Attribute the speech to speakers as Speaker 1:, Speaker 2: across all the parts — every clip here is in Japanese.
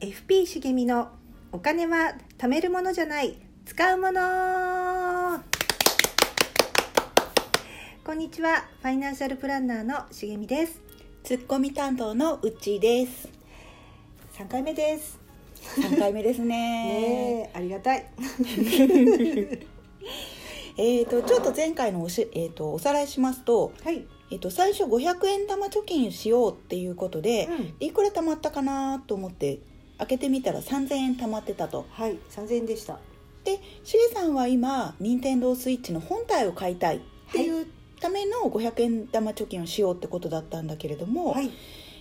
Speaker 1: FP 茂みのお金は貯めるものじゃない使うものこんにちはファイナンシャルプランナーの茂みです
Speaker 2: ツッコミ担当のうっちーです。
Speaker 1: 3回目です
Speaker 2: 三回目です ね。
Speaker 1: ねえありがたい
Speaker 2: えっ、とちょっと前回のおしえっ、とおさらいしますと、
Speaker 1: はい、
Speaker 2: えっ、と最初500円玉貯金しようっていうことで、いくら貯まったかなと思って開けてみたら3000円貯まってたと。
Speaker 1: はい3000円でした
Speaker 2: で、しげさんは今任天堂スイッチの本体を買いたいっていうための500円玉貯金をしようってことだったんだけれども、
Speaker 1: はい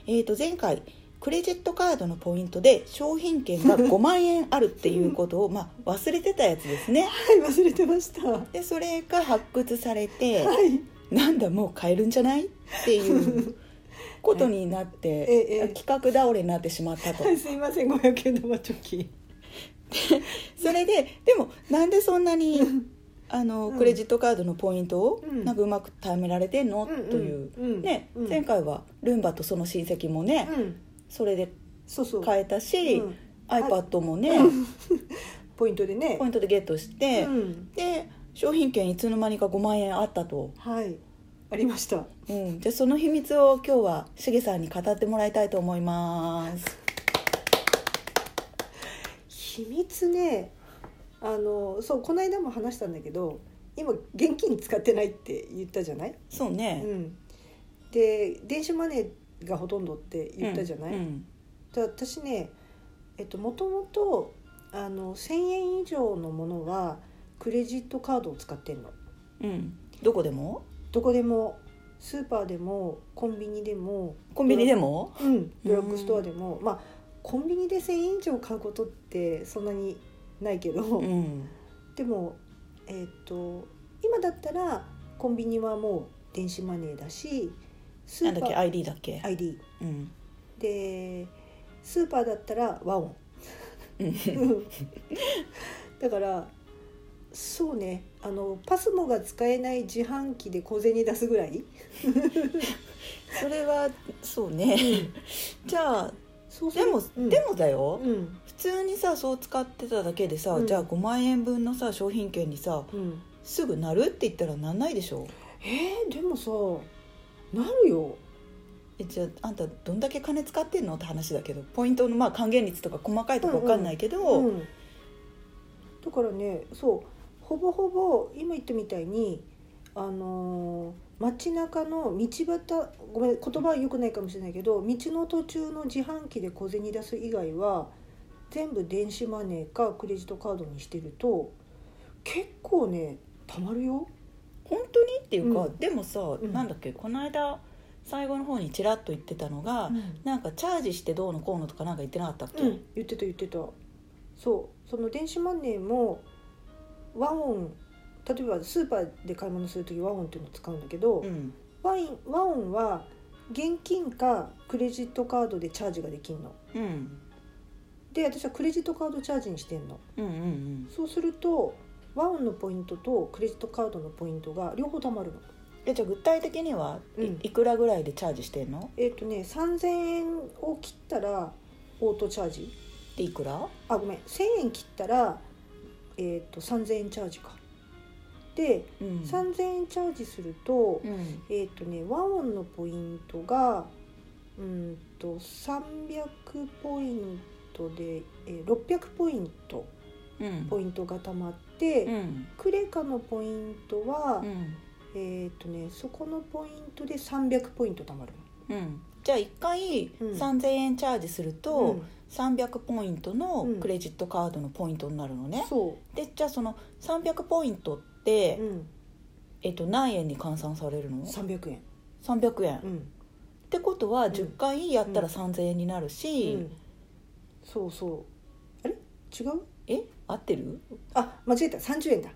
Speaker 2: えー、と前回クレジットカードのポイントで商品券 が5万円あるっていうことを、まあ、忘れてたやつですね
Speaker 1: 忘れてましたは
Speaker 2: でそれが発掘されて
Speaker 1: い
Speaker 2: なんだもう買えるんじゃないっていうことになっ
Speaker 1: えええ
Speaker 2: て企画倒れになってしまったと
Speaker 1: すいません500円玉貯金
Speaker 2: それででもなんでそんな にあの
Speaker 1: うん
Speaker 2: クレジットカードのポイントを
Speaker 1: うん
Speaker 2: なんかうまく貯められてんの
Speaker 1: うんうん
Speaker 2: という
Speaker 1: うん
Speaker 2: ね
Speaker 1: うん
Speaker 2: 前回はルンバとその親戚もね
Speaker 1: うん
Speaker 2: それで
Speaker 1: そうそう
Speaker 2: 買えたし
Speaker 1: うん
Speaker 2: iPad もね
Speaker 1: ポイントでね
Speaker 2: ポイントでゲットして、
Speaker 1: うん
Speaker 2: で商品券いつの間にか5万円あったと、
Speaker 1: はいありました
Speaker 2: うん、でその秘密を今日はしげさんに語ってもらいたいと思います
Speaker 1: 秘密ねあのそうこの間も話したんだけど今現金使ってないって言ったじゃない、
Speaker 2: そう
Speaker 1: う
Speaker 2: ね、
Speaker 1: ん、で電子マネーがほとんどって言ったじゃない、
Speaker 2: うん
Speaker 1: で私ねえっともともとあの1,000円以上のものはクレジットカードを使ってんの
Speaker 2: うんうんどこでも
Speaker 1: どこでもスーパーでもコンビニでも
Speaker 2: コンビニでも
Speaker 1: うん、ドラッグストアでも、まあコンビニで1,000円以上買うことってそんなにないけど、
Speaker 2: うん
Speaker 1: でも、えっと今だったらコンビニはもう電子マネーだしス
Speaker 2: なん
Speaker 1: ーパ
Speaker 2: だっけ
Speaker 1: ー
Speaker 2: ID だっけ、
Speaker 1: ID
Speaker 2: うん
Speaker 1: でスーパーだったら和音
Speaker 2: うん
Speaker 1: だからそうねあのパスモが使えない自販機で小銭出すぐらい
Speaker 2: それはそうね じゃあ
Speaker 1: そうす
Speaker 2: で
Speaker 1: る
Speaker 2: も、
Speaker 1: うん
Speaker 2: でもだよ、
Speaker 1: うん
Speaker 2: 普通にさそう使ってただけでさ、
Speaker 1: うん
Speaker 2: じゃあ5万円分のさ商品券にさ
Speaker 1: うん
Speaker 2: すぐなるって言ったらなんないでしょ
Speaker 1: えー、でもさなるよ
Speaker 2: えじゃああんたどんだけ金使ってんのって話だけどポイントのまあ還元率とか細かいとこ分かんないけど、
Speaker 1: うん、だからねそうほぼほぼ今言ったみたいにあのー街中の道端ごめん言葉は良くないかもしれないけど道の途中の自販機で小銭出す以外は全部電子マネーかクレジットカードにしてると結構ねたまるよ。
Speaker 2: 本当にっていうか、
Speaker 1: うん
Speaker 2: でもさ、
Speaker 1: ん
Speaker 2: なんだっけこの間最後の方にちらっと言ってたのが、
Speaker 1: うん
Speaker 2: なんかチャージしてどうのこうのとかなんか言ってなかったっけ、
Speaker 1: 言ってた言ってたそうその電子マネーも和音例えばスーパーで買い物する時和音っていうのを使うんだけど、
Speaker 2: うん
Speaker 1: ワインワオンは現金かクレジットカードでチャージができんの
Speaker 2: うん
Speaker 1: で私はクレジットカードチャージにしてんの
Speaker 2: うんうんうん
Speaker 1: そうするとワオンのポイントとクレジットカードのポイントが両方貯まるの
Speaker 2: えじゃあ具体的には
Speaker 1: う
Speaker 2: い,、
Speaker 1: ん
Speaker 2: くらぐらいでチャージしてんの
Speaker 1: えっ、とね3000円を切ったらオートチャージ
Speaker 2: でいくら
Speaker 1: あごめん1000円切ったら、えっと3000円チャージかで、
Speaker 2: うん
Speaker 1: 3000円チャージすると、
Speaker 2: うん
Speaker 1: えっ、とねワオンのポイントがうーんと300ポイントで、えー、600ポイント
Speaker 2: うん
Speaker 1: ポイントがたまって、
Speaker 2: うん
Speaker 1: クレカのポイントは、
Speaker 2: うん
Speaker 1: えっ、とねそこのポイントで300ポイントたまる
Speaker 2: うんじゃあ1回
Speaker 1: うん
Speaker 2: 3000円チャージすると、
Speaker 1: うん
Speaker 2: 300ポイントのクレジットカードのポイントになるのね、
Speaker 1: そ
Speaker 2: でじゃあその300ポイントって、
Speaker 1: う、うん、
Speaker 2: えっと、何円に換算されるの
Speaker 1: 300円、
Speaker 2: 300円、
Speaker 1: う
Speaker 2: っ
Speaker 1: ん
Speaker 2: てことは
Speaker 1: ん
Speaker 2: 10回やったら
Speaker 1: う
Speaker 2: 3000円になる
Speaker 1: う
Speaker 2: し、
Speaker 1: ん、そうそうあれ違う
Speaker 2: え合ってる
Speaker 1: あ間違えた30円だ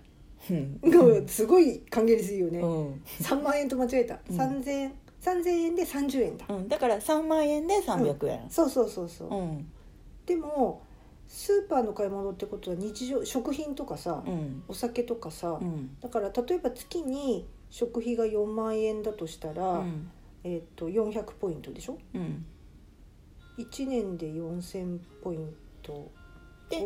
Speaker 2: うん、
Speaker 1: すごい還元率いいよね、
Speaker 2: うん
Speaker 1: 3万円と間違えた
Speaker 2: うん
Speaker 1: 3000円3000円で30円だ
Speaker 2: うん、だから3万円で300円
Speaker 1: そうそうそうそう、
Speaker 2: うん
Speaker 1: でもスーパーの買い物ってことは日常食品とかさ、
Speaker 2: うん
Speaker 1: お酒とかさ、
Speaker 2: うん
Speaker 1: だから例えば月に食費が4万円だとしたら、
Speaker 2: うん
Speaker 1: えっと400ポイントでしょ
Speaker 2: うん
Speaker 1: 1年で4000ポイントを
Speaker 2: で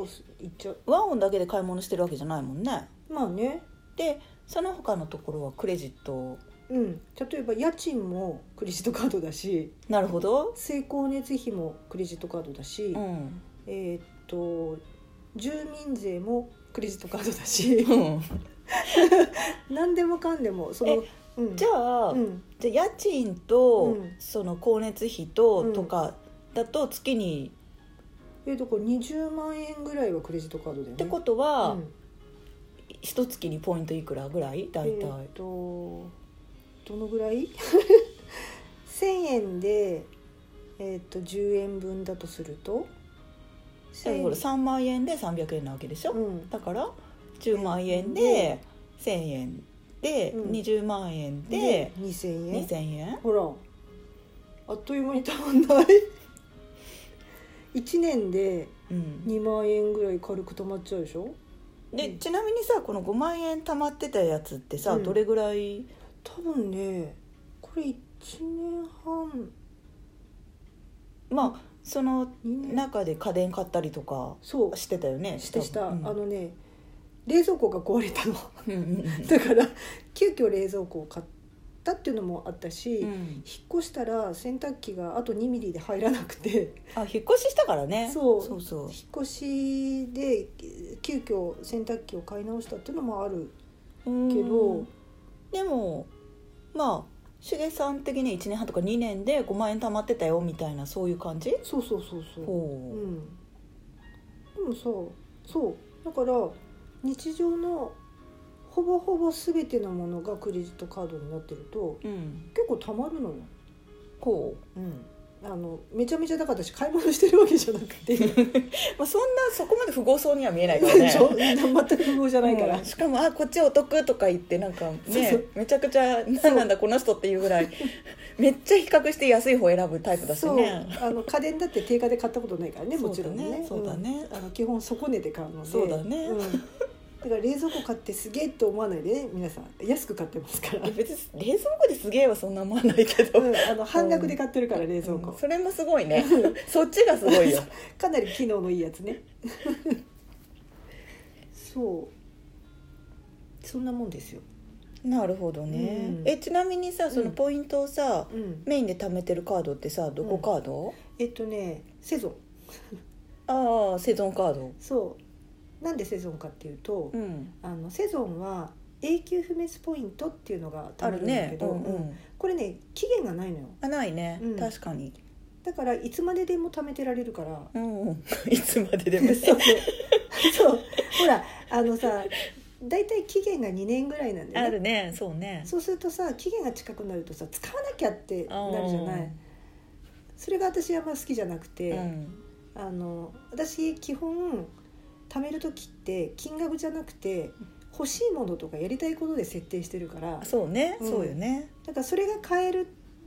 Speaker 1: いっちゃう
Speaker 2: ワンオンだけで買い物してるわけじゃないもんね
Speaker 1: まあね
Speaker 2: でその他のところはクレジット
Speaker 1: うん例えば家賃もクレジットカードだし
Speaker 2: なるほど
Speaker 1: 成光熱費もクレジットカードだし、
Speaker 2: うん
Speaker 1: えーっと住民税もクレジットカードだし何でもかんでもその、うん、
Speaker 2: じゃあ、
Speaker 1: うん、
Speaker 2: じゃあ家賃と、
Speaker 1: うん
Speaker 2: その光熱費と、
Speaker 1: うん
Speaker 2: とかだと月に
Speaker 1: えーとこれ20万円ぐらいはクレジットカードだよね
Speaker 2: って
Speaker 1: と
Speaker 2: ことは、
Speaker 1: うん、
Speaker 2: 一月にポイントいくらぐらい
Speaker 1: え
Speaker 2: 大体、
Speaker 1: ーっとどのぐらい 1000円で、えーっと10円分だとすると
Speaker 2: だからほら3万円で300円なわけでしょ、
Speaker 1: うん
Speaker 2: だから10万円
Speaker 1: で
Speaker 2: で1000円で、
Speaker 1: うん
Speaker 2: 20万円
Speaker 1: で
Speaker 2: で
Speaker 1: 2000円
Speaker 2: 2000円
Speaker 1: ほらあっという間にたまんない1年で
Speaker 2: うん、
Speaker 1: 2万円ぐらい軽くたまっちゃうでしょ
Speaker 2: で
Speaker 1: うん
Speaker 2: ちなみにさこの5万円貯まってたやつってさ、
Speaker 1: うん
Speaker 2: どれぐらい
Speaker 1: 多分ねこれ1年半
Speaker 2: まあその
Speaker 1: 2年
Speaker 2: 中で家電買ったりとか
Speaker 1: そう
Speaker 2: してたよね
Speaker 1: してした、
Speaker 2: 多分うん
Speaker 1: あのね冷蔵庫が壊れたの
Speaker 2: うんうん
Speaker 1: だから急遽冷蔵庫を買ったっていうのもあったし、
Speaker 2: うんう
Speaker 1: 引っ
Speaker 2: ん
Speaker 1: 越したら洗濯機があと2ミリで入らなくて
Speaker 2: あ引っ越ししたからね
Speaker 1: そう
Speaker 2: そうそう
Speaker 1: 引っ越しで急遽洗濯機を買い直したっていうのもあるけ
Speaker 2: う
Speaker 1: ど
Speaker 2: んでもまあしげさん的に1年半とか2年で5万円貯まってたよみたいなそういう感じ
Speaker 1: そうそうそうそうう
Speaker 2: ほ
Speaker 1: んでもさそうだから日常のほぼほぼ全てのものがクレジットカードになってると
Speaker 2: う、うん、
Speaker 1: 結構たまるのよ
Speaker 2: こう
Speaker 1: うん、あのめちゃめちゃだから私買い物してるわけじゃなくて
Speaker 2: まあ、そんなそこまで不豪そうには見えないからね
Speaker 1: でしょ全く不合じゃないから、
Speaker 2: うんしかも「あこっちお得」とか言ってなんかね
Speaker 1: そうそう
Speaker 2: めちゃくちゃ「何なんだこの人」っていうぐらい めっちゃ比較して安い方選ぶタイプだし
Speaker 1: そう
Speaker 2: ね
Speaker 1: あの家電だって定価で買ったことないからねもちろんね
Speaker 2: そうだねそうだね
Speaker 1: うんあの基本底値で買うので
Speaker 2: そうだね
Speaker 1: んだから冷蔵庫買ってすげえと思わないでね皆さん安く買ってますから、
Speaker 2: 別に冷蔵庫ですげえはそんな思わないけど、
Speaker 1: うん、あの半額で買ってるから冷蔵庫、
Speaker 2: それもすごいねそっちがすごいよ
Speaker 1: かなり機能のいいやつ ねそうそんなもんですよ、
Speaker 2: なるほどね、
Speaker 1: うん
Speaker 2: えちなみにさそのポイントをさ、
Speaker 1: うん、
Speaker 2: メインで貯めてるカードってさどこカード、
Speaker 1: えっとねセゾン
Speaker 2: ああセゾンカード
Speaker 1: そうなんでセゾンかっていうと、
Speaker 2: うん
Speaker 1: あのセゾンは永久不滅ポイントっていうのが
Speaker 2: あ
Speaker 1: たま
Speaker 2: る
Speaker 1: るんだ
Speaker 2: ね
Speaker 1: けど、
Speaker 2: うんう
Speaker 1: うん
Speaker 2: ん、
Speaker 1: これね期限がないのよ
Speaker 2: あないね、
Speaker 1: うん
Speaker 2: 確かに
Speaker 1: だからいつまででも貯めてられるから
Speaker 2: うんうん いつまでで
Speaker 1: そ
Speaker 2: も
Speaker 1: う そうそうほらあのさ大体期限が2年ぐらいなんだ
Speaker 2: あ
Speaker 1: よね
Speaker 2: るねそうね
Speaker 1: そうするとさ期限が近くなるとさ使わなきゃってなるじゃな
Speaker 2: う
Speaker 1: い
Speaker 2: ん
Speaker 1: それが私はあんま好きじゃなくて、
Speaker 2: うん
Speaker 1: あの私基本貯める時って金額じゃなくて欲しいものとかやりたいことで設定してるから
Speaker 2: そうね、
Speaker 1: うん
Speaker 2: そうよね
Speaker 1: だからそれが買える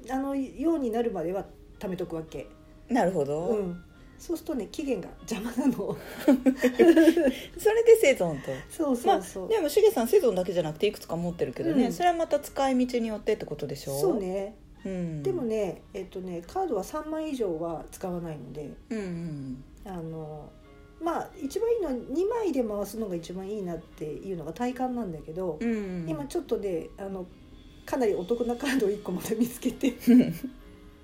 Speaker 1: あのようになるまでは貯めとくわけ、
Speaker 2: なるほど、
Speaker 1: うん、そうするとね期限が邪魔なの
Speaker 2: それでセゾンと
Speaker 1: そうそうそう、
Speaker 2: でもしげさんセゾンだけじゃなくていくつか持ってるけどね、
Speaker 1: うん
Speaker 2: それはまた使い道によってってことでしょ
Speaker 1: そう、ね、
Speaker 2: うん、
Speaker 1: でもねえっとねカードは3枚以上は使わないので
Speaker 2: うんうん
Speaker 1: あのまあ一番いいのは2枚で回すのが一番いいなっていうのが体感なんだけど、
Speaker 2: うんうん
Speaker 1: 今ちょっとねあのかなりお得なカードを1個また見つけて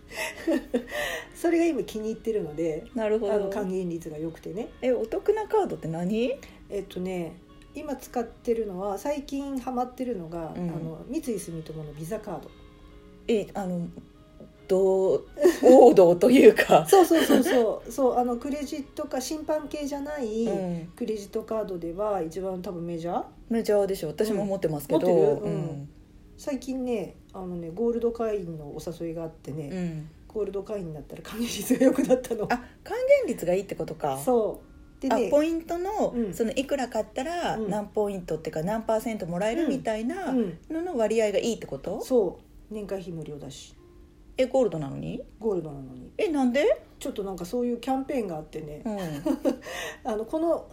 Speaker 1: それが今気に入ってるので
Speaker 2: なる
Speaker 1: あ
Speaker 2: ほ
Speaker 1: の
Speaker 2: ど
Speaker 1: 還元率が良くてね
Speaker 2: えお得なカードって何
Speaker 1: えっとね今使ってるのは最近ハマってるのが、
Speaker 2: うん
Speaker 1: あの三井住友のビザカード
Speaker 2: えあのどう 王道というか
Speaker 1: そうそうそうそう そうあのクレジットか審判系じゃない、
Speaker 2: うん
Speaker 1: クレジットカードでは一番多分メジャー
Speaker 2: メジャーでしょ私も持ってますけど、
Speaker 1: うん持ってるう
Speaker 2: う
Speaker 1: ん
Speaker 2: ん
Speaker 1: 最近ねあのねゴールド会員のお誘いがあってね、
Speaker 2: うん
Speaker 1: ゴールド会員になったら還元率が良くなったの
Speaker 2: あ還元率がいいってことか
Speaker 1: そうで
Speaker 2: あ
Speaker 1: ね
Speaker 2: ポイントの,、
Speaker 1: うん
Speaker 2: そのいくら買ったら
Speaker 1: うん
Speaker 2: 何ポイントっていうか何パーセントもらえるみたいな
Speaker 1: うん、
Speaker 2: のの割合がいいってこと、
Speaker 1: そう年会費無料だし
Speaker 2: えゴールドなのに
Speaker 1: ゴールドなのに
Speaker 2: えなんで、
Speaker 1: ちょっとなんかそういうキャンペーンがあってね、
Speaker 2: うん、
Speaker 1: あのこの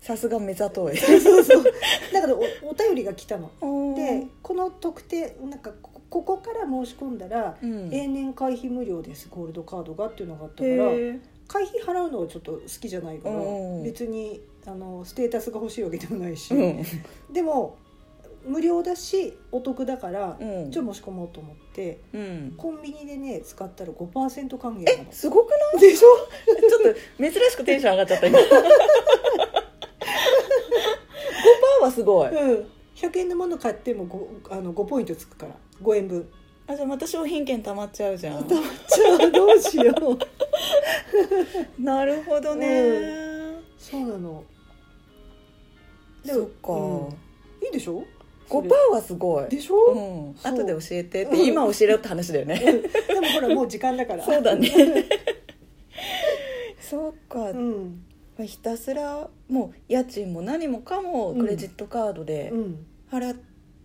Speaker 2: さすが目ざとい
Speaker 1: そうそうだからおお便りが来たの
Speaker 2: おー
Speaker 1: でこの特定なんかこここから申し込んだら
Speaker 2: うん
Speaker 1: 永年会費無料ですゴールドカードがっていうのがあったから
Speaker 2: へ
Speaker 1: 会費払うのはちょっと好きじゃないから
Speaker 2: うんうん
Speaker 1: 別にあのステータスが欲しいわけでもないし、
Speaker 2: ーうん
Speaker 1: でも無料だしお得だから、
Speaker 2: うん
Speaker 1: ちょっと申し込もうと思って
Speaker 2: うん
Speaker 1: コンビニでね使ったら5%還元なの
Speaker 2: すごくない
Speaker 1: でしょ
Speaker 2: ちょっと珍しくテンション上がっちゃった今5%はすごい
Speaker 1: うん100円のもの買っても 5, あの5ポイントつくから5円分
Speaker 2: あじゃあまた商品券たまっちゃうじゃん
Speaker 1: じゃあどうしよ う
Speaker 2: なるほどね、
Speaker 1: そうなので
Speaker 2: そっか、
Speaker 1: うんいいでしょそれ
Speaker 2: 5%はすごい
Speaker 1: でしょ、
Speaker 2: う
Speaker 1: うん
Speaker 2: ん
Speaker 1: そう
Speaker 2: 後で教えてって今教えろって話だよ ね
Speaker 1: でもほらもう時間だから
Speaker 2: そうだね そうか
Speaker 1: う、ん
Speaker 2: ひたすらもう家賃も何もかもクレジットカードで
Speaker 1: うん
Speaker 2: 払っ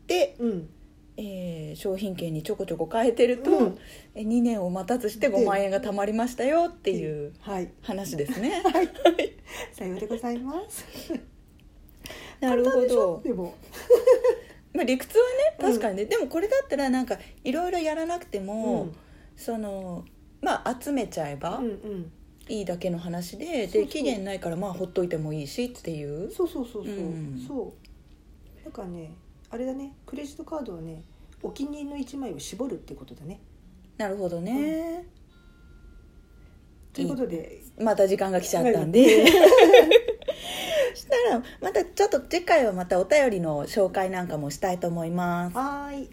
Speaker 2: て、
Speaker 1: うん
Speaker 2: えー商品券にちょこちょこ変えてると、
Speaker 1: うん
Speaker 2: え2年を待たずして5万円が貯まりましたよっていう
Speaker 1: はい
Speaker 2: 話ですね
Speaker 1: さようでございます
Speaker 2: なる
Speaker 1: 簡単
Speaker 2: ほ
Speaker 1: でしょ
Speaker 2: ど、
Speaker 1: でも
Speaker 2: まあ、理屈は
Speaker 1: うん
Speaker 2: ね確かにね、でもこれだったらなんかいろいろやらなくても、
Speaker 1: うん
Speaker 2: そのまあ集めちゃえば
Speaker 1: うんうん
Speaker 2: いいだけの話で、
Speaker 1: そうそ
Speaker 2: で
Speaker 1: う
Speaker 2: 期限ないからまあほっといてもいいしっていう
Speaker 1: そうそうそうそう、
Speaker 2: うん
Speaker 1: そうなんかねあれだねクレジットカードはねお気に入りの1枚を絞るってことだね
Speaker 2: なるほどね、
Speaker 1: ということで
Speaker 2: また時間が来ちゃったんで したらまたちょっと次回はまたお便りの紹介なんかもしたいと思います
Speaker 1: はーい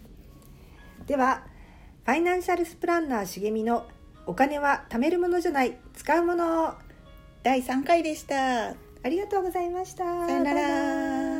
Speaker 1: ではファイナンシャルスプランナー茂みのお金は貯めるものじゃない使うもの
Speaker 2: 第3回でした
Speaker 1: ありがとうございました
Speaker 2: さよなら
Speaker 1: バイバイ